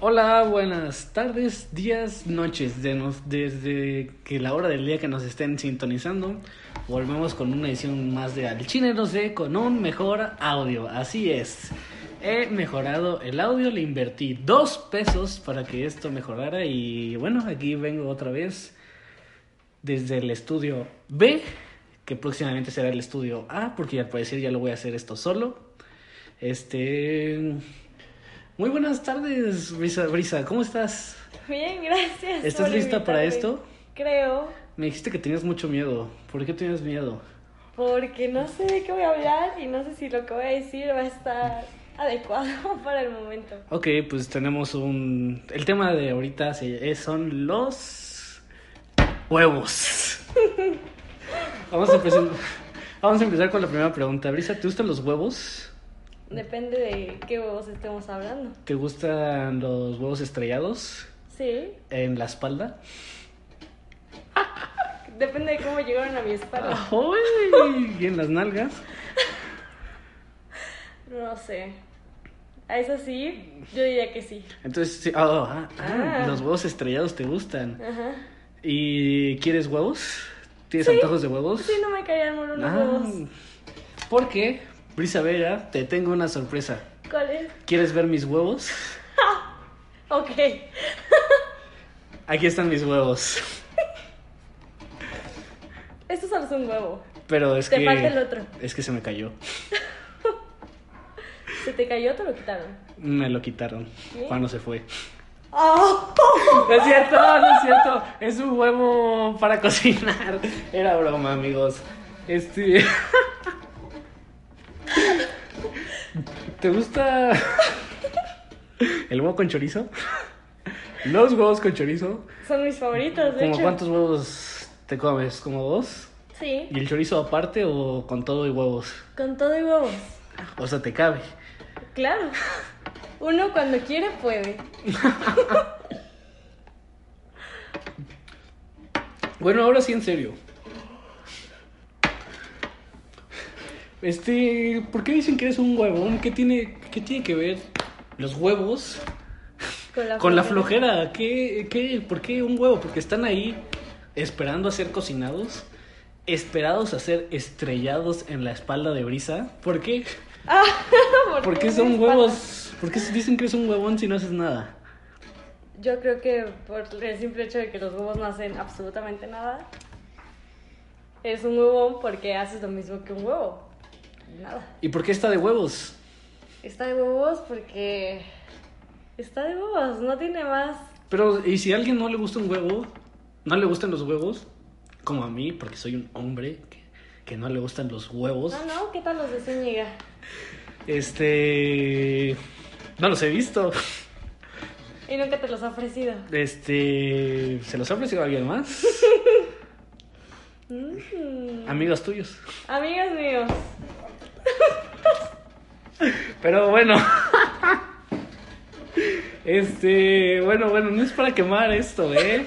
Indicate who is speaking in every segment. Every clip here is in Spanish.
Speaker 1: Hola, buenas tardes, días, noches. De nos- desde que la hora del día que nos estén sintonizando, volvemos con una edición más de Al Chile, no sé, con un mejor audio. Así es. He mejorado el audio, le invertí dos pesos para que esto mejorara y bueno, aquí vengo otra vez desde el estudio B, que próximamente será el estudio A, porque al parecer ya lo voy a hacer esto solo. Este... Muy buenas tardes, Brisa. Brisa, ¿cómo estás?
Speaker 2: Bien, gracias.
Speaker 1: ¿Estás
Speaker 2: por
Speaker 1: lista para
Speaker 2: invitarme.
Speaker 1: esto?
Speaker 2: Creo,
Speaker 1: Me dijiste que tenías mucho miedo. ¿Por qué tenías miedo?
Speaker 2: porque no sé de qué voy a hablar y no sé si lo que voy a decir va a estar adecuado para el momento.
Speaker 1: Ok, pues tenemos un... El tema de ahorita se- es- son los huevos. Vamos a, empezar... Vamos a empezar con la primera pregunta. Brisa, ¿te gustan los huevos?
Speaker 2: Depende de qué huevos estemos hablando.
Speaker 1: ¿Te gustan los huevos estrellados
Speaker 2: Sí,
Speaker 1: en la espalda?
Speaker 2: depende de cómo llegaron a mi
Speaker 1: Ah.
Speaker 2: espalda.
Speaker 1: ¡Ay! ¿Y en las nalgas?
Speaker 2: No sé. A eso sí, yo diría que sí.
Speaker 1: Entonces, sí- oh, ah, ah,
Speaker 2: Ah.
Speaker 1: los huevos estrellados te gustan.
Speaker 2: Ajá.
Speaker 1: ¿Y quieres huevos? ¿Tienes antojos de huevos?
Speaker 2: Sí, no me caerían mal unos
Speaker 1: Ah,
Speaker 2: huevos.
Speaker 1: Porque, Brisa Vera, te tengo una sorpresa.
Speaker 2: ¿Cuál es?
Speaker 1: ¿Quieres ver mis huevos?
Speaker 2: Ok.
Speaker 1: Aquí están mis huevos.
Speaker 2: Esto solo es un huevo.
Speaker 1: Pero es
Speaker 2: Te
Speaker 1: que.
Speaker 2: falta el otro.
Speaker 1: Es que se me cayó.
Speaker 2: ¿Se te cayó o te lo quitaron?
Speaker 1: Me lo quitaron
Speaker 2: ¿Qué?
Speaker 1: cuando se fue. Ah.
Speaker 2: ¡Oh!
Speaker 1: No es cierto, no es cierto. Es un huevo para cocinar. Era broma, amigos. Este. ¿Te gusta el huevo con chorizo? ¿Los huevos con chorizo?
Speaker 2: Son mis favoritos, de
Speaker 1: ¿Como
Speaker 2: hecho.
Speaker 1: cuántos huevos te comes? ¿Como dos?
Speaker 2: Sí.
Speaker 1: ¿Y el chorizo aparte o con todo y huevos?
Speaker 2: Con todo y huevos.
Speaker 1: O sea, te cabe.
Speaker 2: Claro. Uno cuando quiere puede.
Speaker 1: Bueno, ahora sí en serio. Este, ¿por qué dicen que eres un huevón? ¿Qué tiene, qué tiene que ver los huevos
Speaker 2: Con la,
Speaker 1: con la flojera? ¿Qué, qué, ¿Por qué un huevo? Porque están ahí esperando a ser cocinados, esperados a ser estrellados en la espalda de brisa. ¿Por qué?
Speaker 2: Ah, ¿por
Speaker 1: ¿Por
Speaker 2: qué
Speaker 1: qué
Speaker 2: mi
Speaker 1: son
Speaker 2: espalda?
Speaker 1: huevos? ¿Por qué dicen que eres un huevón si no haces nada?
Speaker 2: Yo creo que por el simple hecho de que los huevos no hacen absolutamente nada, es un huevón porque haces lo mismo que un huevo. Nada.
Speaker 1: ¿Y por qué está de huevos?
Speaker 2: Está de huevos porque. Está de huevos, no tiene más.
Speaker 1: Pero, ¿y si a alguien no le gusta un huevo? ¿No le gustan los huevos? Como a mí, porque soy un hombre que, que no le gustan los huevos.
Speaker 2: No, no, ¿qué tal los de Zúñiga?
Speaker 1: Este. No los he visto.
Speaker 2: Y nunca te los ha ofrecido.
Speaker 1: Este. ¿Se los ha ofrecido a alguien más?
Speaker 2: Mm.
Speaker 1: Amigos tuyos.
Speaker 2: Amigos míos,
Speaker 1: Pero bueno. Este. Bueno, bueno, no es para quemar esto, ¿eh?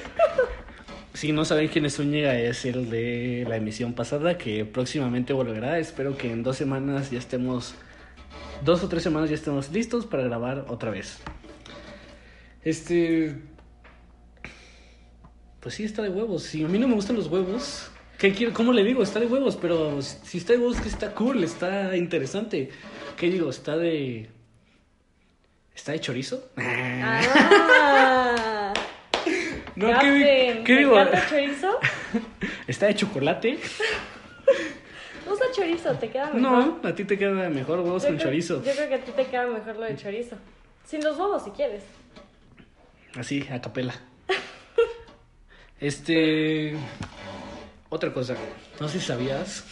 Speaker 1: Si no saben quién es Zúñiga, es el de la emisión pasada que próximamente volverá. Espero que en dos semanas ya estemos. Dos o tres semanas ya estemos listos para grabar otra vez. Este. Pues sí, está de huevos. Si a mí no me gustan los huevos, ¿qué quiero? ¿Cómo le digo? Está de huevos, pero si está de huevos, que está cool, está interesante. ¿Qué digo? Está de. ¿Está de chorizo?
Speaker 2: Ah,
Speaker 1: No, ¿qué, qué digo?
Speaker 2: encanta chorizo?
Speaker 1: ¿Está de chocolate?
Speaker 2: Usa chorizo, te queda mejor.
Speaker 1: No, a ti te queda mejor huevos
Speaker 2: Yo
Speaker 1: con
Speaker 2: creo-
Speaker 1: chorizo.
Speaker 2: Yo creo que a ti te queda mejor lo de chorizo. Sin los huevos, si quieres.
Speaker 1: Así, a capela. Este. Otra cosa. No sé si sabías.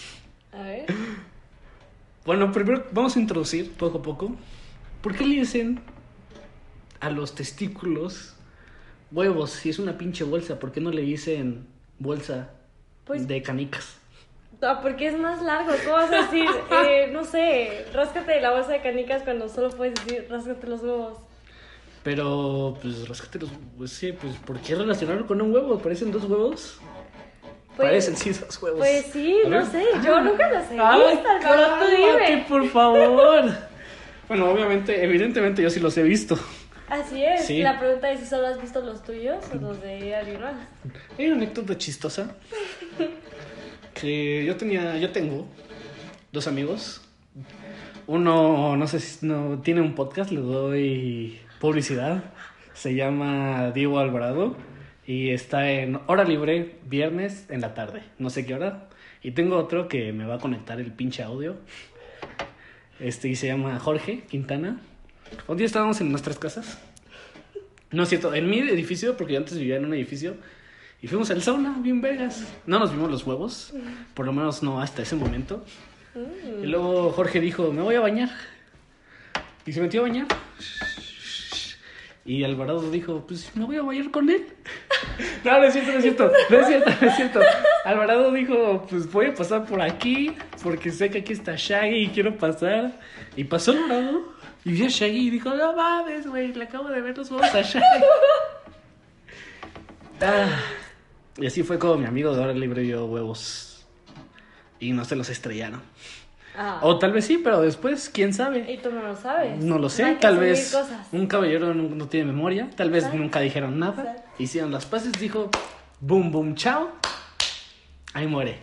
Speaker 2: A ver.
Speaker 1: Bueno, primero vamos a introducir poco a poco. ¿Por qué le dicen a los testículos huevos si es una pinche bolsa? ¿Por qué no le dicen bolsa
Speaker 2: Pues-
Speaker 1: de canicas?
Speaker 2: No, porque es más largo. ¿Cómo vas a decir? Eh, no sé, ráscate la bolsa de canicas cuando solo puedes decir ráscate los huevos.
Speaker 1: Pero, pues, rascate los. Pues, sí, pues, ¿por qué relacionarlo con un huevo? ¿Parecen dos huevos?
Speaker 2: Pues-
Speaker 1: Parecen, sí, dos huevos.
Speaker 2: Pues sí,
Speaker 1: A
Speaker 2: no
Speaker 1: ver. Ah.
Speaker 2: sé. Yo nunca lo sé.
Speaker 1: Ay,
Speaker 2: pero tú
Speaker 1: cálmate,
Speaker 2: dime.
Speaker 1: por favor. bueno, obviamente, evidentemente yo sí los he visto.
Speaker 2: Así es.
Speaker 1: Sí.
Speaker 2: La pregunta es si solo has visto los tuyos o los de alguien más.
Speaker 1: Hay una anécdota chistosa que yo tenía, yo tengo dos amigos. Uno, no sé si no, tiene un podcast, le doy publicidad. Se llama Diego Alvarado y está en hora libre viernes en la tarde, no sé qué hora. Y tengo otro que me va a conectar el pinche audio. Este y se llama Jorge Quintana. Un día estábamos en nuestras casas. No es cierto, en mi edificio, porque yo antes vivía en un edificio. Y fuimos al sauna, bien vergas. No nos vimos los huevos, por lo menos no hasta ese momento. Y luego Jorge dijo, me voy a bañar. Y se metió a bañar. Y Alvarado dijo, pues me voy a bañar con él. No, no es cierto, no es cierto. No es cierto, no es cierto. Alvarado dijo, pues voy a pasar por aquí, porque sé que aquí está Shaggy y quiero pasar. Y pasó Alvarado. Y vio a Shaggy y dijo, no mames, güey, le acabo de ver los huevos a Shaggy. Ah, y así fue como mi amigo de ahora libre yo huevos. Y no se los estrellaron.
Speaker 2: Ah.
Speaker 1: O tal vez sí, pero después, quién sabe.
Speaker 2: Y tú no lo sabes.
Speaker 1: No lo sé,
Speaker 2: Hay que
Speaker 1: tal
Speaker 2: asumir
Speaker 1: vez
Speaker 2: cosas.
Speaker 1: un caballero nu- no, tiene memoria, tal vez
Speaker 2: Exacto.
Speaker 1: nunca dijeron nada,
Speaker 2: Exacto.
Speaker 1: hicieron las paces, dijo, boom, boom, chao, ahí muere.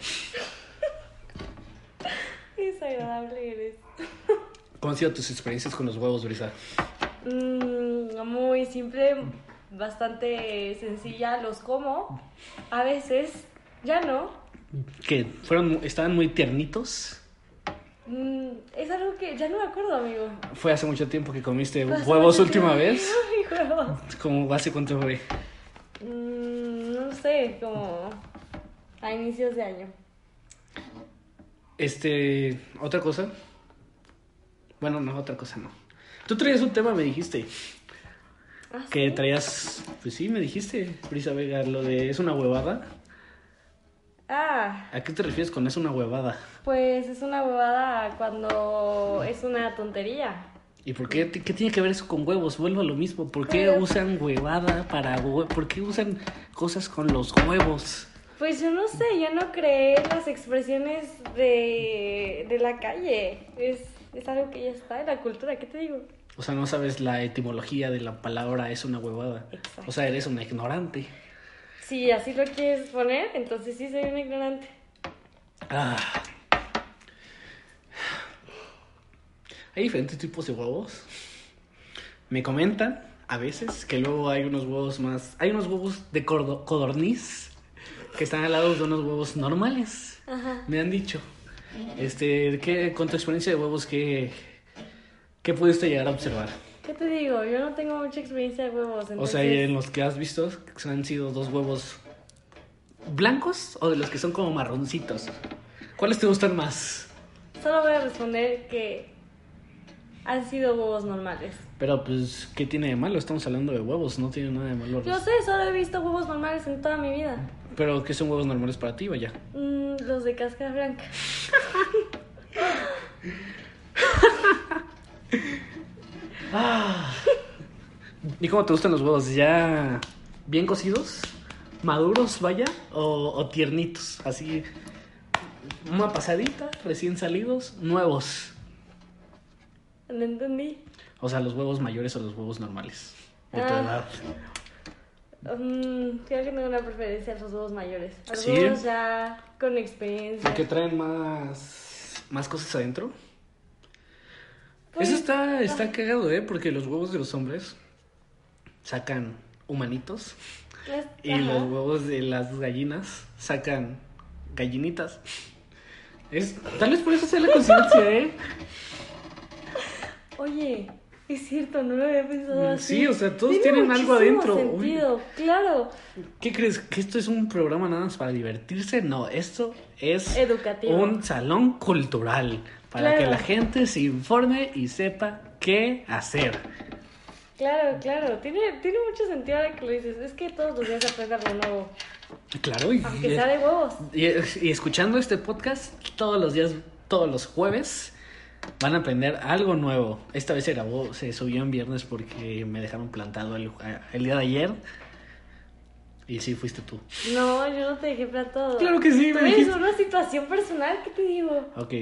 Speaker 2: Qué desagradable eres.
Speaker 1: ¿Cómo han sido tus experiencias con los huevos, Brisa?
Speaker 2: Mm, muy simple, bastante sencilla. Los como. A veces, ya no.
Speaker 1: Que fueron, mu- estaban muy tiernitos.
Speaker 2: Mm, es algo que ya no me acuerdo, amigo.
Speaker 1: Fue hace mucho tiempo que comiste
Speaker 2: Pasa
Speaker 1: huevos
Speaker 2: mucho
Speaker 1: última
Speaker 2: tiempo.
Speaker 1: vez.
Speaker 2: Ay, huevos.
Speaker 1: ¿Cómo hace cuánto fue?
Speaker 2: Mm, no sé, como a inicios de año.
Speaker 1: Este, otra cosa. Bueno, no, otra cosa no. Tú traías un tema, me dijiste.
Speaker 2: Ah,
Speaker 1: Que
Speaker 2: sí.
Speaker 1: traías, pues sí, me dijiste, Brisa Vega, lo de es una huevada.
Speaker 2: Ah,
Speaker 1: ¿A qué te refieres con es una huevada?
Speaker 2: pues es una huevada cuando es una tontería.
Speaker 1: ¿Y por qué, qué tiene que ver eso con huevos? Vuelvo a lo mismo. ¿Por qué usan huevada para hue- ¿Por qué usan cosas con los huevos?
Speaker 2: Pues yo no sé, yo no creé en las expresiones de, de la calle. Es, es algo que ya está en la cultura, ¿qué te digo?
Speaker 1: O sea, no sabes la etimología de la palabra es una huevada.
Speaker 2: Exacto.
Speaker 1: O sea, eres una ignorante.
Speaker 2: Si así lo quieres poner, entonces sí soy un ignorante.
Speaker 1: Ah. Hay diferentes tipos de huevos. Me comentan a veces que luego hay unos huevos más. Hay unos huevos de cordo- codorniz que están al lado de unos huevos normales.
Speaker 2: Ajá.
Speaker 1: Me han dicho. Este, ¿qué, con tu experiencia de huevos, ¿qué, qué pudiste llegar a observar?
Speaker 2: ¿Qué te digo? Yo no tengo mucha experiencia de huevos.
Speaker 1: O
Speaker 2: Entonces...
Speaker 1: sea, en los que has visto, han sido dos huevos blancos o de los que son como marroncitos. ¿Cuáles te gustan más?
Speaker 2: Solo voy a responder que han sido huevos normales.
Speaker 1: Pero pues, ¿qué tiene de malo? Estamos hablando de huevos, no tiene nada de malo.
Speaker 2: Yo sé, solo he visto huevos normales en toda mi vida.
Speaker 1: Pero ¿qué son huevos normales para ti, vaya?
Speaker 2: Mm, los de cáscara blanca. Ah.
Speaker 1: ¿Y cómo te gustan los huevos? ¿Ya bien cocidos? ¿Maduros, vaya? ¿O, o tiernitos? Así, una pasadita, recién salidos, nuevos.
Speaker 2: No entendí.
Speaker 1: O sea, los huevos mayores o los huevos normales. De tu
Speaker 2: Ah.
Speaker 1: edad.
Speaker 2: Mm, creo que tengo una preferencia a los huevos mayores. A los
Speaker 1: ¿Sí?
Speaker 2: huevos ya con experiencia.
Speaker 1: Porque traen más, más cosas adentro.
Speaker 2: Pues,
Speaker 1: Eso está, está cagado, ¿eh? Porque los huevos de los hombres sacan humanitos.
Speaker 2: es-
Speaker 1: Y
Speaker 2: ajá.
Speaker 1: los huevos de las gallinas sacan gallinitas. Es, tal vez por eso sea la conciencia, ¿eh?
Speaker 2: Oye, es cierto, no lo había pensado
Speaker 1: Mm,
Speaker 2: así.
Speaker 1: sí, o sea, todos
Speaker 2: Tiene
Speaker 1: tienen algo
Speaker 2: muchísimo
Speaker 1: adentro, uy.
Speaker 2: sentido, claro.
Speaker 1: ¿Qué crees? ¿Que esto es un programa nada más para divertirse? No, esto es
Speaker 2: Educativo.
Speaker 1: un salón cultural para
Speaker 2: Claro.
Speaker 1: que la gente se informe y sepa qué hacer.
Speaker 2: Claro, claro. Tiene, tiene mucho sentido ahora que lo dices. Es que todos los días se aprende algo nuevo.
Speaker 1: Claro, y,
Speaker 2: Aunque sea de huevos.
Speaker 1: y- y escuchando este podcast todos los días, todos los jueves, van a aprender algo nuevo. Esta vez se grabó, se subió en viernes porque me dejaron plantado el, el día de ayer. Y sí, fuiste tú.
Speaker 2: No, yo no te dejé para todo.
Speaker 1: Claro que sí, me
Speaker 2: Tú eres
Speaker 1: dijiste.
Speaker 2: una situación personal, ¿qué te digo?
Speaker 1: Ok.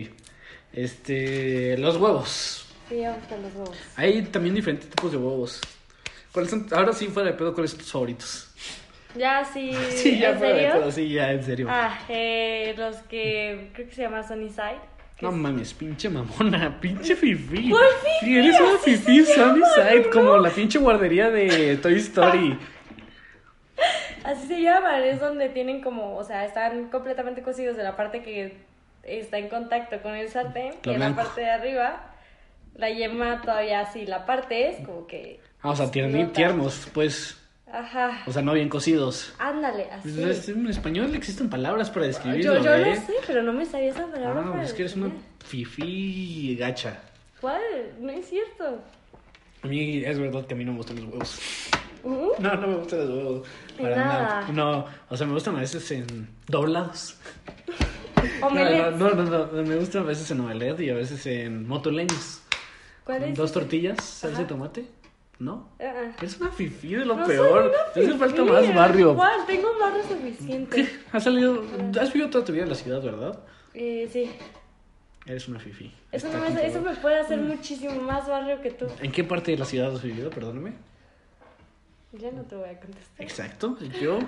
Speaker 1: Este, los huevos.
Speaker 2: Sí, vamos con los huevos.
Speaker 1: Hay también diferentes tipos de huevos. ¿Cuáles son? Ahora sí, fuera de pedo, ¿cuáles son tus favoritos?
Speaker 2: Ya, sí.
Speaker 1: Sí, ya
Speaker 2: ¿en
Speaker 1: fuera de
Speaker 2: serio?
Speaker 1: pedo, sí, ya, en serio.
Speaker 2: Ah, eh, los que creo que se llama Sunnyside. que
Speaker 1: No
Speaker 2: es-
Speaker 1: mames, pinche mamona, pinche fifi.
Speaker 2: ¿Cuál fifí?
Speaker 1: Sí, eres una
Speaker 2: Así
Speaker 1: fifi
Speaker 2: se llaman,
Speaker 1: Sunnyside,
Speaker 2: ¿no?
Speaker 1: como la pinche guardería de Toy Story.
Speaker 2: Así se llaman, es donde tienen como, o sea, están completamente cocidos de la parte que está en contacto con el sartén
Speaker 1: Lo
Speaker 2: y en la
Speaker 1: blanco.
Speaker 2: parte de arriba la yema todavía así, la parte es como que,
Speaker 1: Ah, o sea, tierni-
Speaker 2: Nota.
Speaker 1: tiernos, pues.
Speaker 2: ajá,
Speaker 1: O sea, no bien cocidos.
Speaker 2: ándale, así.
Speaker 1: Pues, En español existen palabras para describirlo,
Speaker 2: Yo, yo
Speaker 1: ¿eh?
Speaker 2: lo sé, ¿eh? pero no me sabía esa palabra.
Speaker 1: Ah,
Speaker 2: para
Speaker 1: es que eres una
Speaker 2: definir.
Speaker 1: fifi gacha.
Speaker 2: ¿Cuál? No es cierto.
Speaker 1: A mí es verdad que a mí no me gustan los huevos.
Speaker 2: Uh,
Speaker 1: No, no me gustan los huevos.
Speaker 2: De
Speaker 1: Para
Speaker 2: nada.
Speaker 1: nada. No, o sea, me gustan a veces en doblados. No,
Speaker 2: omelette.
Speaker 1: no, no, no, no, me gustan a veces en omelette y a veces en motoleños.
Speaker 2: ¿Cuál
Speaker 1: Con
Speaker 2: es?
Speaker 1: Dos tortillas, salsa y
Speaker 2: Ajá.
Speaker 1: tomate. ¿no?
Speaker 2: Ah, ah.
Speaker 1: Es una fifi de lo
Speaker 2: No soy
Speaker 1: peor.
Speaker 2: una
Speaker 1: Te hace falta
Speaker 2: fifí. eh,
Speaker 1: más barrio.
Speaker 2: ¿Cuál? Tengo un barrio suficiente.
Speaker 1: ¿Qué? ¿Has salido? ¿Has vivido toda tu vida en la ciudad, verdad?
Speaker 2: Eh, sí.
Speaker 1: Eres una fifi.
Speaker 2: Eso, no me, eso me puede hacer
Speaker 1: Mm.
Speaker 2: muchísimo más barrio que tú.
Speaker 1: ¿En qué parte de la ciudad has vivido? Perdóname.
Speaker 2: Ya no te voy a contestar.
Speaker 1: Exacto. Yo,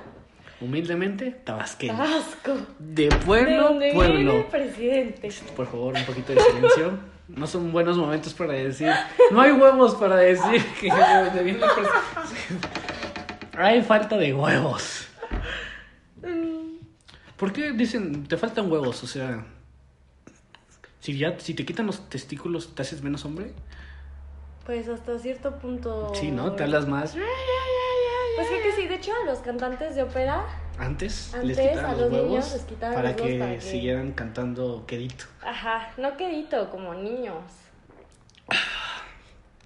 Speaker 1: humildemente, tabasqueño.
Speaker 2: Asco.
Speaker 1: De
Speaker 2: ¿De
Speaker 1: pueblo,
Speaker 2: dónde viene el
Speaker 1: pueblo.
Speaker 2: presidente?
Speaker 1: Por favor, un poquito de silencio. No son buenos momentos para decir. No hay huevos para decir que de dónde viene el pres- Hay falta de huevos.
Speaker 2: Mm,
Speaker 1: ¿Por qué dicen te faltan huevos? O sea, si ya si te quitan los testículos, ¿te haces menos hombre?
Speaker 2: Pues hasta cierto punto.
Speaker 1: Sí, ¿no? Te hablas más.
Speaker 2: Pues creo que sí. De hecho, a los cantantes de ópera.
Speaker 1: Antes,
Speaker 2: Antes,
Speaker 1: les quitaban
Speaker 2: a
Speaker 1: los,
Speaker 2: los niños
Speaker 1: huevos
Speaker 2: les quitaban
Speaker 1: para,
Speaker 2: los
Speaker 1: que
Speaker 2: huevos para que-
Speaker 1: siguieran cantando quedito.
Speaker 2: Ajá, no quedito, como niños.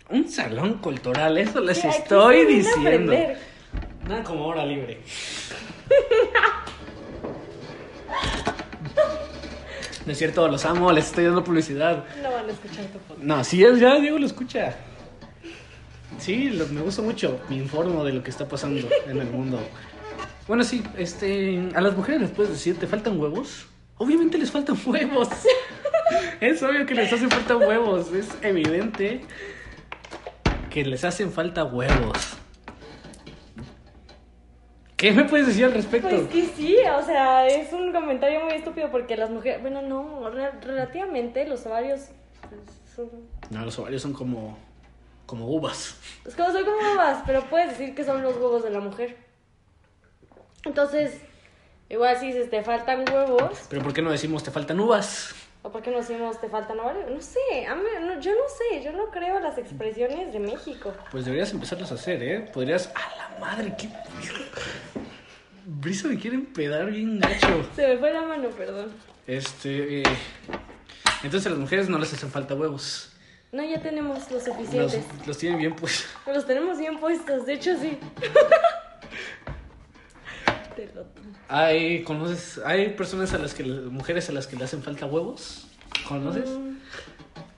Speaker 1: Un salón cultural, eso les
Speaker 2: Sí, aquí
Speaker 1: estoy
Speaker 2: se viene a
Speaker 1: diciendo.
Speaker 2: aprender.
Speaker 1: Nada como hora libre. No es cierto, los amo, les estoy dando publicidad.
Speaker 2: No van a escuchar tu podcast.
Speaker 1: No, sí es, ya Diego lo escucha. Sí, lo- me gusta mucho, me informo de lo que está pasando en el mundo. Bueno, sí, este, a las mujeres les puedes decir, ¿te faltan huevos? Obviamente les faltan huevos. Es obvio que les hacen falta huevos, es evidente que les hacen falta huevos. ¿Qué me puedes decir al respecto?
Speaker 2: Pues que sí, o sea, es un comentario muy estúpido porque las mujeres, bueno, no, re- relativamente los ovarios son...
Speaker 1: No, los ovarios son como, como uvas.
Speaker 2: Es como son como uvas, pero puedes decir que son los huevos de la mujer. Entonces, igual si dices te faltan huevos,
Speaker 1: Pero ¿por qué no decimos te faltan uvas?
Speaker 2: o por qué nos decimos te faltan ovarios, no sé, a mí- no, yo no sé, yo no creo las expresiones de México.
Speaker 1: Pues deberías empezarlas a hacer, ¿eh? Podrías. ¡A la madre! ¡Qué. Brisa me quiere empedar bien gacho.
Speaker 2: Se me fue la mano, perdón.
Speaker 1: Este. eh, Entonces a las mujeres no les hacen falta huevos.
Speaker 2: No, ya tenemos los
Speaker 1: Los,
Speaker 2: suficientes.
Speaker 1: los tienen bien pues.
Speaker 2: Los, tenemos bien puestos, de hecho sí. Te lo tomo.
Speaker 1: Hay, ¿conoces? Hay personas a las que. mujeres a las que le hacen falta huevos. ¿Conoces?
Speaker 2: Mm,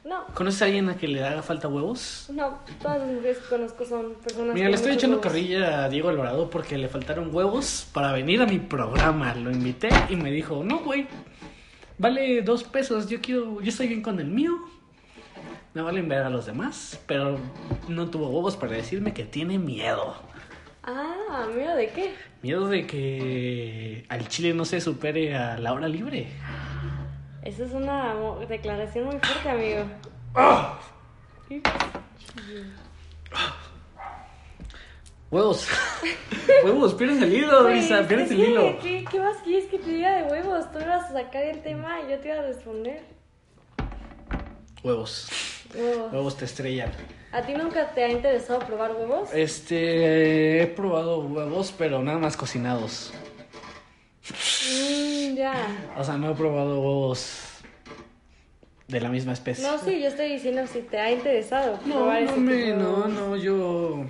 Speaker 2: No,
Speaker 1: ¿Conoces a alguien a que le haga falta huevos?
Speaker 2: no, todas las mujeres que conozco son personas.
Speaker 1: Mira,
Speaker 2: con
Speaker 1: le estoy
Speaker 2: muchos
Speaker 1: echando
Speaker 2: huevos.
Speaker 1: carrilla a Diego Alvarado porque le faltaron huevos para venir a mi programa. Lo invité y me dijo, no, güey, vale dos pesos, yo quiero, yo estoy bien con el mío. Me valen ver a los demás, pero no tuvo huevos para decirme que tiene miedo.
Speaker 2: Ah, mira, ¿de qué?
Speaker 1: Miedo de que al chile no se supere a la hora libre.
Speaker 2: Esa es una mo- declaración muy fuerte, amigo. Sí.
Speaker 1: Huevos. huevos, pierdes el hilo,
Speaker 2: Güey,
Speaker 1: Brisa,
Speaker 2: es
Speaker 1: pierdes el
Speaker 2: que,
Speaker 1: hilo.
Speaker 2: ¿qué, qué más quieres que te diga de huevos? Tú ibas a sacar el tema y yo te iba a responder.
Speaker 1: Huevos.
Speaker 2: Huevos.
Speaker 1: Huevos te estrellan.
Speaker 2: ¿A ti nunca te ha interesado probar huevos?
Speaker 1: Eh. Este, he probado huevos, pero nada más cocinados.
Speaker 2: Mm, ya.
Speaker 1: O sea, no he probado huevos de la misma especie.
Speaker 2: No, sí, yo estoy diciendo si te ha interesado
Speaker 1: no,
Speaker 2: probar
Speaker 1: no,
Speaker 2: ese
Speaker 1: me-
Speaker 2: tipo de
Speaker 1: no,
Speaker 2: huevos.
Speaker 1: no, yo...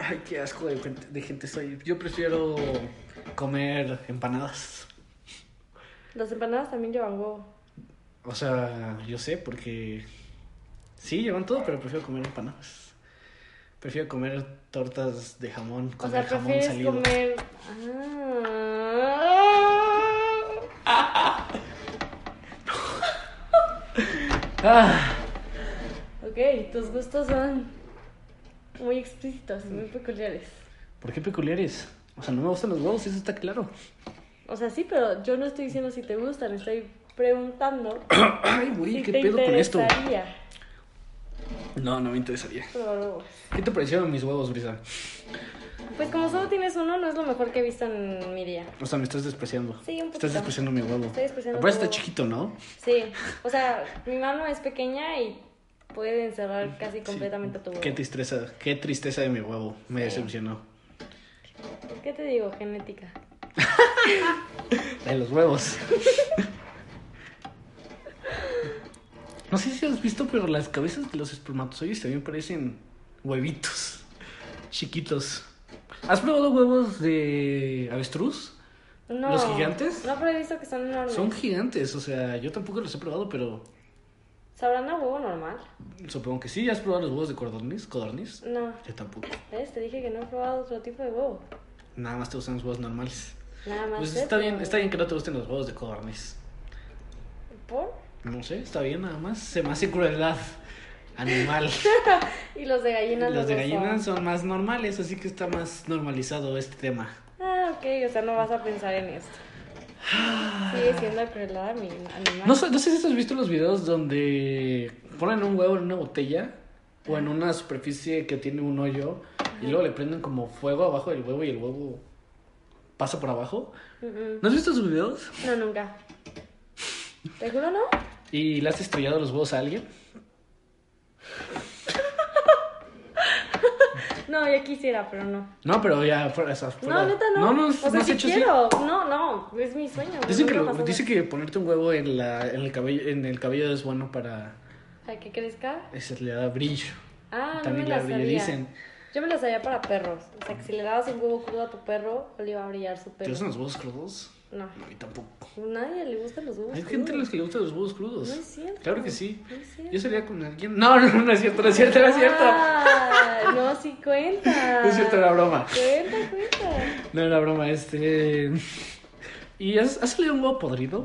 Speaker 1: Ay, qué asco de, gente- de gente soy. Yo prefiero comer empanadas.
Speaker 2: Las empanadas también llevan huevo.
Speaker 1: O sea, yo sé, porque... Sí, llevan todo, pero prefiero comer empanadas. Prefiero comer tortas de jamón,
Speaker 2: O
Speaker 1: comer
Speaker 2: sea,
Speaker 1: jamón
Speaker 2: prefieres
Speaker 1: salido.
Speaker 2: comer. Ah.
Speaker 1: Ah, Ah,
Speaker 2: Ok, tus gustos son muy explícitos y muy peculiares.
Speaker 1: ¿Por qué peculiares? O sea, no me gustan los huevos, eso está claro.
Speaker 2: O sea, sí, pero yo no estoy diciendo si te gustan, estoy preguntando
Speaker 1: Ay, güey,
Speaker 2: si
Speaker 1: ¿qué
Speaker 2: te
Speaker 1: pedo con esto?
Speaker 2: interesaría
Speaker 1: No, no me interesaría.
Speaker 2: probar huevos.
Speaker 1: ¿Qué te parecieron mis huevos, Brisa?
Speaker 2: Pues como solo tienes uno, no es lo mejor que he visto en mi día.
Speaker 1: O sea, me estás despreciando.
Speaker 2: Sí, un poquito.
Speaker 1: Estás despreciando mi huevo.
Speaker 2: Estoy despreciando
Speaker 1: Aparte está
Speaker 2: tu huevo.
Speaker 1: chiquito, ¿no?
Speaker 2: Sí, o sea, mi mano es pequeña y puede encerrar casi completamente tu huevo.
Speaker 1: Mm, Qué tristeza, qué tristeza de mi huevo. Me
Speaker 2: Sí.
Speaker 1: decepcionó.
Speaker 2: ¿Qué te digo? Genética.
Speaker 1: De los huevos. no sé si has visto, pero las cabezas de los espermatozoides también parecen huevitos. Chiquitos. ¿Has probado huevos de avestruz?
Speaker 2: No,
Speaker 1: ¿Los gigantes?
Speaker 2: No, pero he visto que son enormes.
Speaker 1: Son gigantes, o sea, yo tampoco los he probado, pero
Speaker 2: ¿Sabrán a huevo normal?
Speaker 1: supongo que sí. ¿Has probado los huevos de codorniz? ¿Codorniz?
Speaker 2: No.
Speaker 1: Yo tampoco.
Speaker 2: ¿Ves? Te dije que no he probado otro tipo de huevo.
Speaker 1: Nada más te gustan los huevos normales.
Speaker 2: Nada más.
Speaker 1: Pues
Speaker 2: este. de
Speaker 1: está
Speaker 2: eso.
Speaker 1: bien, está bien que no te gusten los huevos de codorniz.
Speaker 2: ¿Por?
Speaker 1: No sé, está bien nada más. Se me hace crueldad animal.
Speaker 2: Y los de gallinas
Speaker 1: Los de
Speaker 2: lo son.
Speaker 1: gallinas son más normales, así que está más normalizado este tema.
Speaker 2: Ah, ok, o sea, no vas a pensar en esto. Sigue siendo crueldad a mi animal.
Speaker 1: No, sé- no sé si has visto los videos donde ponen un huevo en una botella o en una superficie que tiene un hoyo y luego le prenden como fuego abajo del huevo y el huevo pasa por abajo.
Speaker 2: Mm, mm.
Speaker 1: ¿No has visto esos videos?
Speaker 2: No, nunca. ¿Te juro no?
Speaker 1: ¿Y le has estrellado los huevos a alguien?
Speaker 2: No, yo quisiera, pero no.
Speaker 1: No, pero ya fuera, o sea, fuera-
Speaker 2: No, neta, no.
Speaker 1: Pues No, no,
Speaker 2: o sea,
Speaker 1: no has
Speaker 2: sí
Speaker 1: hecho así.
Speaker 2: quiero. No, no, es mi sueño. güey,
Speaker 1: Dicen que,
Speaker 2: nunca
Speaker 1: lo-
Speaker 2: pasó nada.
Speaker 1: dicen que ponerte un huevo en, la, en, el cabello, en el cabello es bueno para...
Speaker 2: ¿Para que crezca?
Speaker 1: Ese le da brillo.
Speaker 2: Ah,
Speaker 1: También le
Speaker 2: no me la sabía.
Speaker 1: brillo, dicen.
Speaker 2: Yo me la sabía para perros. O sea, que si le dabas un huevo crudo a tu perro, le iba a brillar su
Speaker 1: ¿Te
Speaker 2: perro.
Speaker 1: gustan los huevos crudos?
Speaker 2: No,
Speaker 1: No, a mí tampoco.
Speaker 2: nadie le gustan los huevos
Speaker 1: Hay gente a
Speaker 2: crudos.
Speaker 1: los que le gustan los huevos crudos.
Speaker 2: No es cierto.
Speaker 1: Claro que sí.
Speaker 2: No es cierto.
Speaker 1: Yo salía con alguien. No, no, no es cierto, no es cierto, no es cierto.
Speaker 2: Ah, no, sí cuenta.
Speaker 1: No es cierto, era broma.
Speaker 2: Cuenta, cuenta.
Speaker 1: No era broma, este. ¿Y has, has salido un huevo podrido?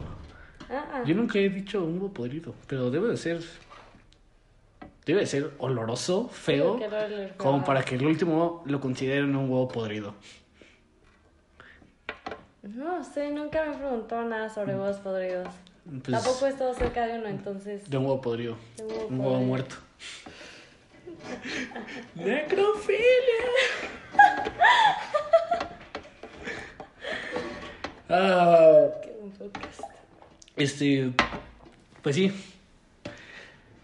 Speaker 2: Ah, ah.
Speaker 1: Yo nunca he dicho un huevo podrido, pero debe de ser. Debe de ser oloroso, feo,
Speaker 2: Qué horror,
Speaker 1: como
Speaker 2: ah.
Speaker 1: para que el último lo consideren un huevo podrido.
Speaker 2: No sé, nunca me preguntó nada sobre huevos podridos.
Speaker 1: Pues,
Speaker 2: Tampoco he estado cerca de uno, entonces.
Speaker 1: De un huevo podrido.
Speaker 2: De un huevo
Speaker 1: un huevo
Speaker 2: podrido.
Speaker 1: muerto. ¡Necrofilia! Ah,
Speaker 2: Qué buen podcast.
Speaker 1: este. Pues sí.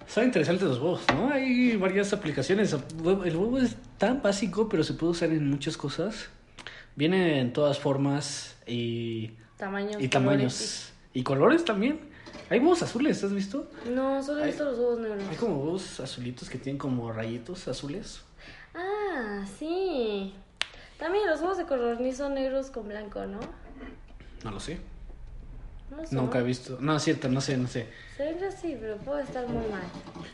Speaker 1: Son interesantes los huevos, ¿no? Hay varias aplicaciones. El huevo es tan básico, pero se puede usar en muchas cosas. Viene en todas formas y,
Speaker 2: Tamaños.
Speaker 1: y
Speaker 2: colores,
Speaker 1: tamaños. Y colores también. Hay huevos azules, ¿has visto?
Speaker 2: sí. No, solo he
Speaker 1: Hay-
Speaker 2: visto los huevos negros.
Speaker 1: Hay como huevos azulitos que tienen como rayitos azules.
Speaker 2: Ah, sí. También los huevos de codorniz son negros con blanco, ¿no?
Speaker 1: No lo sé.
Speaker 2: No son.
Speaker 1: Nunca he visto. No, es cierto, no sé, no sé.
Speaker 2: Se ven así, pero puedo estar muy mal.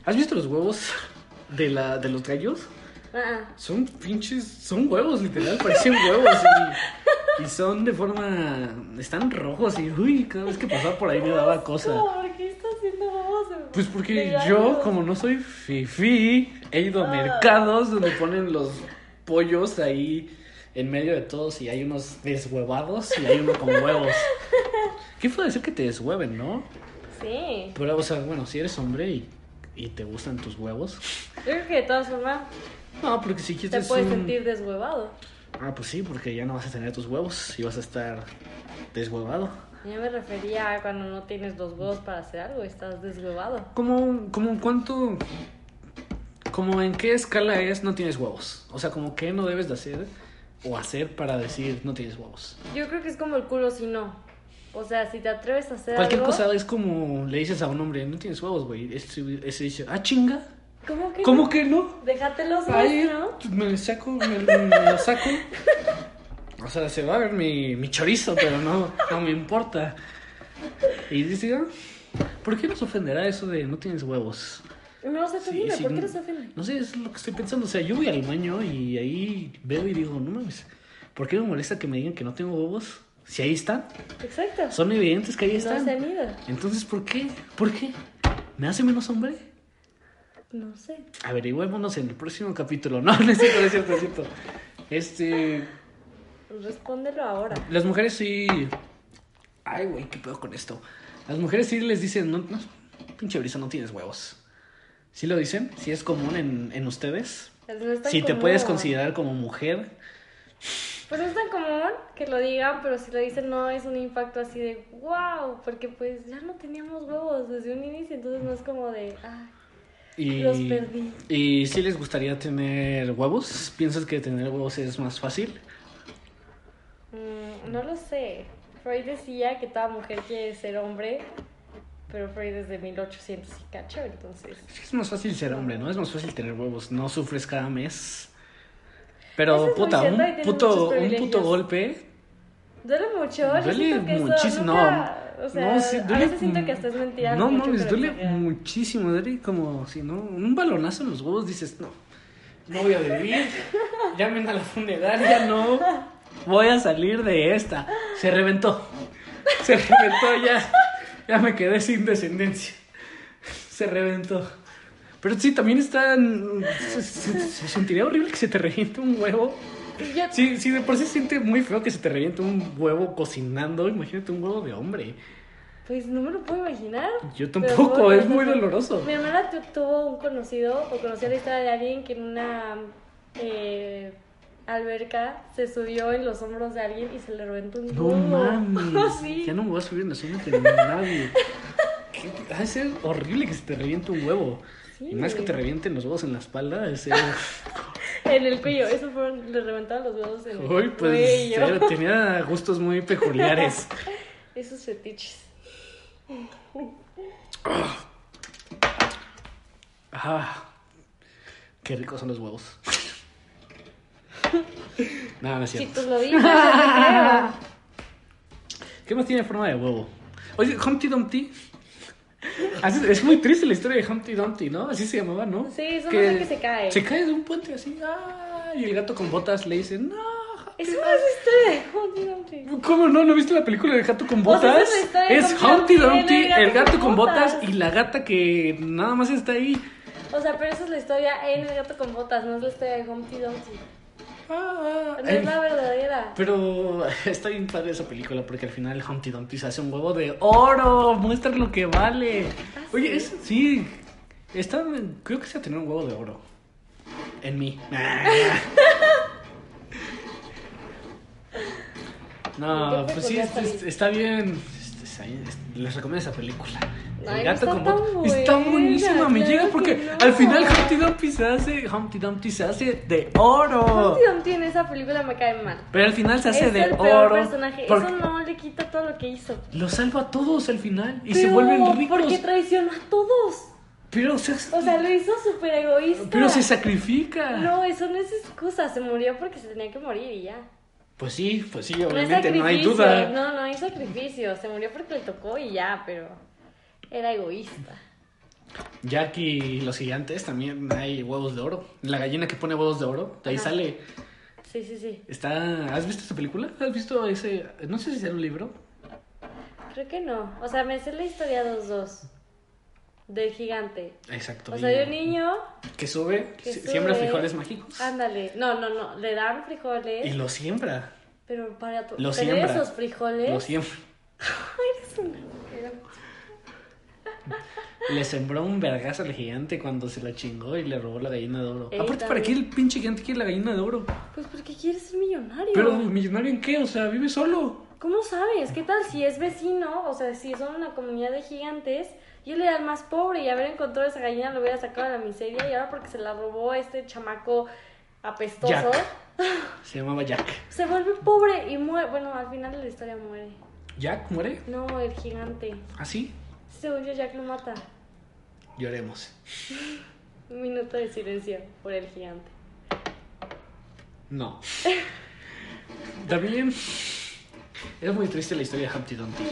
Speaker 1: ¿Has visto los huevos de, la, de los gallos?
Speaker 2: Ah, ah.
Speaker 1: Son pinches. Son huevos, literal. Parecen huevos. Y, y son de forma. Están rojos y. Uy, cada vez que pasaba por ahí me daba cosa.
Speaker 2: No, ¿por qué estás haciendo huevos? de-
Speaker 1: Pues
Speaker 2: de
Speaker 1: porque
Speaker 2: gallos?
Speaker 1: yo, como no soy fifi, he ido a
Speaker 2: Ah.
Speaker 1: mercados donde ponen los pollos ahí en medio de todos y hay unos deshuevados y hay uno con huevos. ¿Qué puede decir que te deshueven, no?
Speaker 2: Sí.
Speaker 1: Pero, o sea, bueno, si eres hombre y, y te gustan tus huevos.
Speaker 2: Yo creo que de todas formas
Speaker 1: No, porque si
Speaker 2: te
Speaker 1: quieres.
Speaker 2: puedes
Speaker 1: Este un-
Speaker 2: sentir deshuevado.
Speaker 1: Ah, pues sí, porque ya no vas a tener tus huevos y vas a estar deshuevado.
Speaker 2: Yo me refería a cuando no tienes los huevos para hacer algo, estás deshuevado.
Speaker 1: ¿Cómo, cómo cuánto, como en qué escala es no tienes huevos? O sea, como qué no debes de hacer o hacer para decir no tienes huevos.
Speaker 2: Yo creo que es como el culo si no. O sea, si te atreves a hacer
Speaker 1: Cualquier
Speaker 2: algo.
Speaker 1: cosa es como le dices a un hombre, no tienes huevos, güey. Ese ese dice, ah, chinga,
Speaker 2: ¿Cómo que?
Speaker 1: ¿cómo
Speaker 2: no?
Speaker 1: que no?
Speaker 2: Déjatelos
Speaker 1: Ahí
Speaker 2: ¿no?
Speaker 1: me saco, me, me lo saco. O sea, se va a ver mi, mi chorizo, pero no, no me importa. Y dice, "Ah, ¿por qué nos ofenderá eso de no tienes huevos?
Speaker 2: No se
Speaker 1: Sí,
Speaker 2: ofende,
Speaker 1: sí,
Speaker 2: ¿por
Speaker 1: no-
Speaker 2: qué les ofende?
Speaker 1: No sé, es lo que estoy pensando. O sea, yo voy al baño y ahí veo y digo, no mames, ¿por qué me molesta que me digan que no tengo huevos? Si ahí están,
Speaker 2: Exacto.
Speaker 1: son evidentes que ahí
Speaker 2: No se
Speaker 1: están.
Speaker 2: han ido.
Speaker 1: Entonces, ¿por qué? ¿Por qué? ¿Me hace menos hombre?
Speaker 2: No sé.
Speaker 1: Averigüémonos en el próximo capítulo. No, no es cierto, no es cierto, no es cierto. Este.
Speaker 2: Respóndelo ahora.
Speaker 1: Las mujeres sí. Ay, güey, qué pedo con esto. Las mujeres sí les dicen, no, no, pinche brisa, no tienes huevos. ¿Sí lo dicen? ¿Sí es común en, en ustedes?
Speaker 2: Pues no es tan
Speaker 1: Si te puedes
Speaker 2: común.
Speaker 1: considerar como mujer.
Speaker 2: Pues no es tan común que lo digan, pero si lo dicen no es un impacto así de wow, porque pues ya no teníamos huevos desde un inicio, entonces no es como de "Ah, ay.
Speaker 1: Y,
Speaker 2: Los perdí.
Speaker 1: ¿Y si les gustaría tener huevos? ¿Piensas que tener huevos es más fácil?
Speaker 2: Mm, no lo sé. Freud decía que toda mujer quiere ser hombre, pero Freud es de 1800 y cacho, entonces.
Speaker 1: Es que es más fácil ser hombre, ¿no? Es más fácil tener huevos, no sufres cada mes. Pero
Speaker 2: Eso es muy
Speaker 1: puta,
Speaker 2: cierto, ahí
Speaker 1: un
Speaker 2: tienes
Speaker 1: puto,
Speaker 2: muchos
Speaker 1: un puto
Speaker 2: privilegios.
Speaker 1: golpe.
Speaker 2: Duele mucho, yo
Speaker 1: Duele
Speaker 2: siento que eso
Speaker 1: muchísimo,
Speaker 2: nunca, o sea,
Speaker 1: no, sí,
Speaker 2: a
Speaker 1: duele
Speaker 2: veces siento
Speaker 1: mu-
Speaker 2: que hasta es mentira.
Speaker 1: No
Speaker 2: mucho,
Speaker 1: mames,
Speaker 2: pero
Speaker 1: duele
Speaker 2: que sea.
Speaker 1: muchísimo, duele como si no, un balonazo en los huevos dices, no, no voy a vivir, llamen a la funeraria, no, voy a salir de esta. Se reventó, se reventó ya, ya me quedé sin descendencia, se reventó. Pero sí, también está, se, se- se sentiría horrible que se te reviente un huevo.
Speaker 2: Yo-
Speaker 1: Sí, sí, de por sí se siente muy feo que se te reviente un huevo cocinando, imagínate un huevo de hombre.
Speaker 2: Pues no me lo puedo imaginar.
Speaker 1: Yo
Speaker 2: Pero
Speaker 1: tampoco,
Speaker 2: no,
Speaker 1: es
Speaker 2: no,
Speaker 1: muy
Speaker 2: no.
Speaker 1: doloroso.
Speaker 2: Mi hermana tu- tuvo un conocido o conocía la historia de alguien que en una eh, alberca se subió en los hombros de alguien y se le reventó un
Speaker 1: No
Speaker 2: huevo.
Speaker 1: mames,
Speaker 2: sí.
Speaker 1: ya no me voy a subir en la zona de nadie. ¿Qué? Ha de ser horrible que se te reviente un huevo.
Speaker 2: Sí.
Speaker 1: Y más que te revienten los huevos en la espalda, es
Speaker 2: En el cuello, eso fueron, le reventaron los huevos en el
Speaker 1: Uy, pues
Speaker 2: cuello.
Speaker 1: pero tenía gustos muy peculiares.
Speaker 2: Esos fetiches.
Speaker 1: Ah, qué ricos son los huevos. Nada, no es
Speaker 2: Si
Speaker 1: cierto.
Speaker 2: tú lo dices, yo te creo.
Speaker 1: ¿Qué más tiene forma de huevo? Oye, Humpty Dumpty. Así- Es muy triste la historia de Humpty Dumpty, ¿no? Así se llamaba, ¿no?
Speaker 2: Sí, es un hombre que se cae.
Speaker 1: Se cae de un puente así. ¡ah! Y el gato con botas le dice, no. Humpty
Speaker 2: Eso no es historia de
Speaker 1: Dumpty". ¿Cómo no? ¿No viste la película del gato con
Speaker 2: O sea,
Speaker 1: botas?
Speaker 2: esa es la historia de
Speaker 1: es Humpty
Speaker 2: Humpty Dumpty,
Speaker 1: Dumpty, el gato con botas
Speaker 2: botas.
Speaker 1: y la gata que nada más está ahí.
Speaker 2: O sea, pero esa es la historia en el gato con botas, no es la historia de Humpty Dumpty.
Speaker 1: Ah,
Speaker 2: No
Speaker 1: eh,
Speaker 2: es la verdadera.
Speaker 1: Pero está bien padre esa película porque al final Humpty Dumpty se hace un huevo de oro. Muestra lo que vale.
Speaker 2: Ah,
Speaker 1: Oye, es, sí. Está, creo que se ha tenido un huevo de oro. En mí. No,
Speaker 2: ¿Por qué te
Speaker 1: pues sí,
Speaker 2: colgaste
Speaker 1: es- es-
Speaker 2: ahí?
Speaker 1: está bien. Es- es ahí, es- les recomiendo esa película. El
Speaker 2: Ay,
Speaker 1: gato
Speaker 2: está
Speaker 1: con
Speaker 2: tan
Speaker 1: bot-
Speaker 2: buena,
Speaker 1: Está buenísima, me
Speaker 2: claro
Speaker 1: llega
Speaker 2: que
Speaker 1: porque
Speaker 2: no.
Speaker 1: al final Humpty Dumpty se hace, Humpty Dumpty se hace de oro.
Speaker 2: Humpty Dumpty en esa película me cae mal.
Speaker 1: Pero al final se hace
Speaker 2: es
Speaker 1: de
Speaker 2: el peor
Speaker 1: oro.
Speaker 2: personaje.
Speaker 1: porque
Speaker 2: Eso no le quita todo lo que hizo.
Speaker 1: Lo salva a todos al final y se
Speaker 2: Pero,
Speaker 1: vuelven ricos.
Speaker 2: Porque traicionó a todos.
Speaker 1: Pero, se,
Speaker 2: O sea, lo hizo súper egoísta.
Speaker 1: pero se sacrifica.
Speaker 2: No, eso no es excusa. Se murió porque se tenía que morir y ya.
Speaker 1: Pues sí, pues sí,
Speaker 2: No hay
Speaker 1: obviamente, no, hay
Speaker 2: sacrificio.
Speaker 1: duda.
Speaker 2: No, no hay sacrificio. Se murió porque le tocó y ya, pero era egoísta.
Speaker 1: Jackie y los gigantes también hay huevos de oro. La gallina que pone huevos de oro, de ahí
Speaker 2: Ajá.
Speaker 1: sale.
Speaker 2: Sí, sí, sí.
Speaker 1: Está, ¿Has visto esa película? ¿Has visto ese? No sé si era un libro.
Speaker 2: Creo que no. O sea, me sé la historia 2-2 del gigante.
Speaker 1: Exacto.
Speaker 2: O
Speaker 1: y-
Speaker 2: sea, de un niño,
Speaker 1: que sube,
Speaker 2: que
Speaker 1: si- siembra
Speaker 2: sube.
Speaker 1: frijoles mágicos
Speaker 2: ándale. No, no, no. Le dan frijoles.
Speaker 1: y lo siembra,
Speaker 2: Pero para tu...
Speaker 1: Lo
Speaker 2: pero
Speaker 1: siembra.
Speaker 2: esos frijoles.
Speaker 1: lo siembra.
Speaker 2: Eres una mujer.
Speaker 1: Le sembró un vergazo al gigante cuando se la chingó y le robó la gallina de oro.
Speaker 2: Ey,
Speaker 1: Aparte, ¿para qué
Speaker 2: también.
Speaker 1: el pinche gigante quiere la gallina de oro?
Speaker 2: Pues porque quieres ser millonario.
Speaker 1: Pero, ¿millonario en qué? O sea, vive solo.
Speaker 2: ¿Cómo sabes? ¿Qué tal si es vecino? O sea, si son una comunidad de gigantes y él era el más pobre y haber encontrado esa gallina lo hubiera sacado de la miseria y ahora porque se la robó este chamaco apestoso
Speaker 1: Jack. Se llamaba Jack.
Speaker 2: se vuelve pobre y muere. Bueno, al final de la historia muere.
Speaker 1: ¿Jack muere? ¿Ah,
Speaker 2: No, el gigante.
Speaker 1: ¿Así?
Speaker 2: Según yo, Jack lo mata.
Speaker 1: Lloremos.
Speaker 2: Un minuto de silencio por el gigante.
Speaker 1: No. También es muy triste la historia de Humpty Dumpty.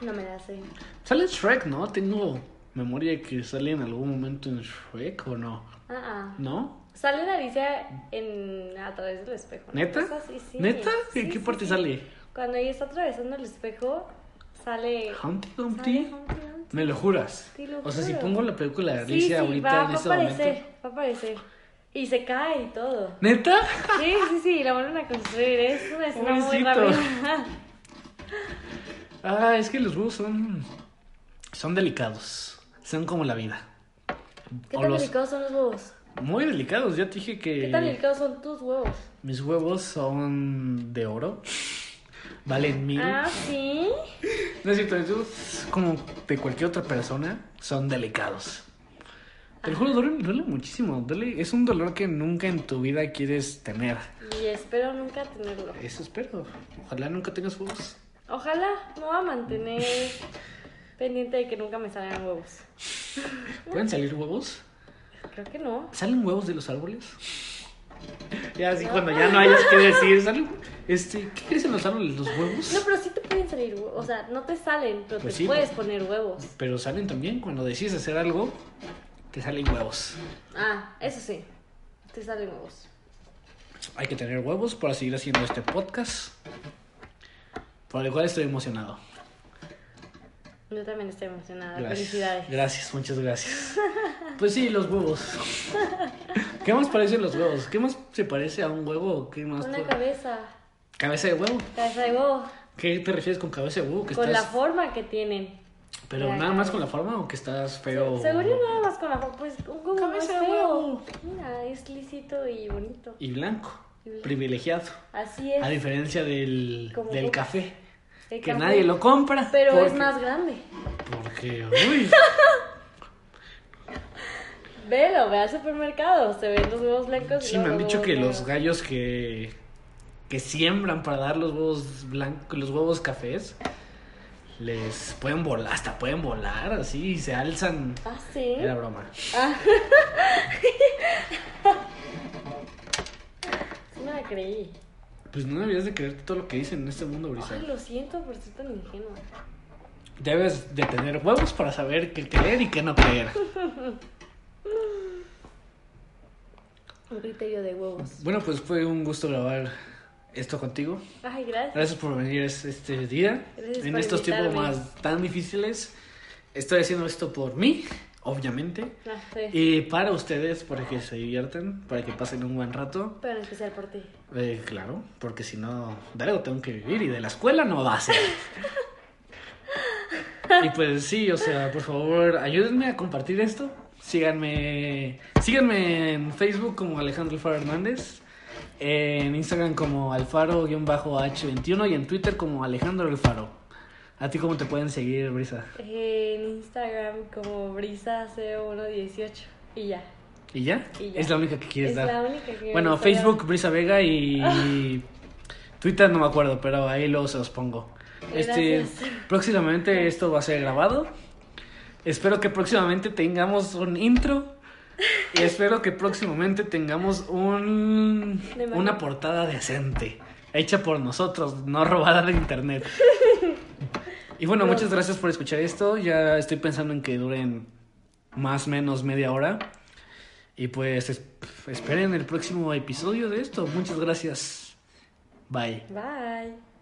Speaker 2: No me la sé.
Speaker 1: Sale en Shrek, ¿no? Tengo memoria de que sale en algún momento en Shrek o no.
Speaker 2: Ah, ah.
Speaker 1: ¿No?
Speaker 2: Sale la Alicia en, a través del espejo. ¿no?
Speaker 1: ¿Neta?
Speaker 2: Cosas así, sí.
Speaker 1: ¿Neta?
Speaker 2: Sí,
Speaker 1: ¿En qué
Speaker 2: sí,
Speaker 1: parte
Speaker 2: sí.
Speaker 1: sale?
Speaker 2: Cuando ella está atravesando el espejo, sale.
Speaker 1: Humpty
Speaker 2: sale
Speaker 1: Dumpty.
Speaker 2: Humpty Dumpty.
Speaker 1: ¿Me lo juras?
Speaker 2: Te lo
Speaker 1: o sea, si
Speaker 2: juro.
Speaker 1: pongo la película de
Speaker 2: Sí,
Speaker 1: Alicia
Speaker 2: sí,
Speaker 1: ahorita
Speaker 2: va,
Speaker 1: en
Speaker 2: va a
Speaker 1: este
Speaker 2: aparecer,
Speaker 1: momento.
Speaker 2: va a aparecer. Y se cae y todo.
Speaker 1: ¿Neta?
Speaker 2: Sí, sí, sí, la vuelven a construir. Es una escena muy
Speaker 1: Pobrecito.
Speaker 2: rápida.
Speaker 1: Ah, es que los huevos son. Son delicados. Son como la vida.
Speaker 2: ¿Qué
Speaker 1: O
Speaker 2: tan
Speaker 1: los- Eh,
Speaker 2: delicados son los huevos?
Speaker 1: Muy delicados. Ya te dije que.
Speaker 2: ¿Qué tan delicados son tus huevos?
Speaker 1: Mis huevos son de oro. Valen mil.
Speaker 2: Ah, sí.
Speaker 1: No es cierto, mis huevos, como de cualquier otra persona, son delicados. Te lo juro, duele, duele muchísimo. duele- es un dolor que nunca en tu vida quieres tener.
Speaker 2: Y espero nunca tenerlo.
Speaker 1: Eso espero. Ojalá nunca tengas huevos.
Speaker 2: Ojalá me voy a mantener pendiente de que nunca me salgan huevos.
Speaker 1: ¿Pueden salir huevos?
Speaker 2: Creo que no.
Speaker 1: ¿Salen huevos de los árboles? Ya, así cuando ya no hayas que decir, ¿salen? Este, ¿qué crecen los árboles? ¿Los
Speaker 2: No,
Speaker 1: huevos?
Speaker 2: pero sí te pueden salir huevos. O sea, no te salen, pero
Speaker 1: Pues
Speaker 2: te
Speaker 1: sí,
Speaker 2: puedes
Speaker 1: pues.
Speaker 2: poner huevos.
Speaker 1: Pero salen también, cuando decides hacer algo, te salen huevos.
Speaker 2: Ah, eso sí. Te salen huevos.
Speaker 1: Hay que tener huevos para seguir haciendo este podcast, por el cual estoy emocionado.
Speaker 2: Yo también estoy emocionada.
Speaker 1: Gracias.
Speaker 2: Ah, Felicidades.
Speaker 1: Gracias, muchas gracias. Pues sí, los huevos. ¿Qué más parecen los huevos? ¿Qué más se parece a un huevo? ¿Qué más?
Speaker 2: Una
Speaker 1: por-
Speaker 2: cabeza.
Speaker 1: ¿Cabeza de huevo?
Speaker 2: Cabeza de huevo.
Speaker 1: ¿Qué te refieres con cabeza de huevo? Que
Speaker 2: Con la
Speaker 1: estás...
Speaker 2: forma que tienen.
Speaker 1: Pero
Speaker 2: La
Speaker 1: nada más con la forma o que estás feo.
Speaker 2: Seguro nada más con la forma. Pues un huevo no es
Speaker 1: Cabeza de
Speaker 2: feo.
Speaker 1: huevo.
Speaker 2: Mira, es lisito y bonito.
Speaker 1: Y blanco,
Speaker 2: Y blanco.
Speaker 1: privilegiado.
Speaker 2: Así es.
Speaker 1: A diferencia del,
Speaker 2: Como
Speaker 1: del
Speaker 2: vos.
Speaker 1: café,
Speaker 2: El
Speaker 1: que
Speaker 2: café.
Speaker 1: nadie lo compra.
Speaker 2: Pero es
Speaker 1: porque-
Speaker 2: más grande.
Speaker 1: Porque, uy.
Speaker 2: Velo, ve al supermercado, se ven los huevos blancos. y
Speaker 1: Sí,
Speaker 2: luego
Speaker 1: me han
Speaker 2: los
Speaker 1: dicho
Speaker 2: huevos
Speaker 1: que los
Speaker 2: negros.
Speaker 1: gallos que, que siembran para dar los huevos blancos, los huevos cafés, les pueden volar, hasta pueden volar así y se alzan.
Speaker 2: Ah, sí.
Speaker 1: Era broma.
Speaker 2: Sí me la creí.
Speaker 1: Pues no debías de creerte todo lo que dicen en este mundo, Brisa.
Speaker 2: Ay, lo siento por ser tan ingenua.
Speaker 1: Debes de tener huevos para saber qué creer y qué no creer.
Speaker 2: Un criterio de huevos.
Speaker 1: Bueno, pues fue un gusto grabar esto contigo.
Speaker 2: Ay, gracias.
Speaker 1: Gracias por venir es- este día.
Speaker 2: Gracias
Speaker 1: en
Speaker 2: por
Speaker 1: estos tiempos
Speaker 2: invitarme.
Speaker 1: más tan difíciles. Estoy haciendo esto por mí, obviamente.
Speaker 2: Ah, sí.
Speaker 1: Y para ustedes, para que se diviertan, para que pasen un buen rato.
Speaker 2: Pero en especial por ti.
Speaker 1: Eh, claro, porque si no, de algo tengo que vivir y de la escuela no va a ser. Y pues sí, o sea, por favor, ayúdenme a compartir esto. Síganme, síganme en Facebook como Alejandro Alfaro Hernández, en Instagram como Alfaro-H21 y en Twitter como Alejandro Alfaro. ¿A ti cómo te pueden seguir, Brisa?
Speaker 2: En Instagram como brisa0118. Y ya.
Speaker 1: ¿Y ya?
Speaker 2: Y ya.
Speaker 1: Es la única que quieres
Speaker 2: Es
Speaker 1: dar.
Speaker 2: la única que me
Speaker 1: Bueno,
Speaker 2: gusta
Speaker 1: Facebook, Brisa Vega y Twitter no me acuerdo, pero ahí luego se los pongo. Este,
Speaker 2: Gracias.
Speaker 1: próximamente esto va a ser grabado. Espero que próximamente tengamos un intro. Y espero que próximamente tengamos un,
Speaker 2: De mano.
Speaker 1: una portada decente. Hecha por nosotros, no robada de internet. Y bueno, muchas gracias por escuchar esto. Ya estoy pensando en que duren más o menos media hora. Y pues es- esperen el próximo episodio de esto. Muchas gracias. Bye.
Speaker 2: dar. Bye.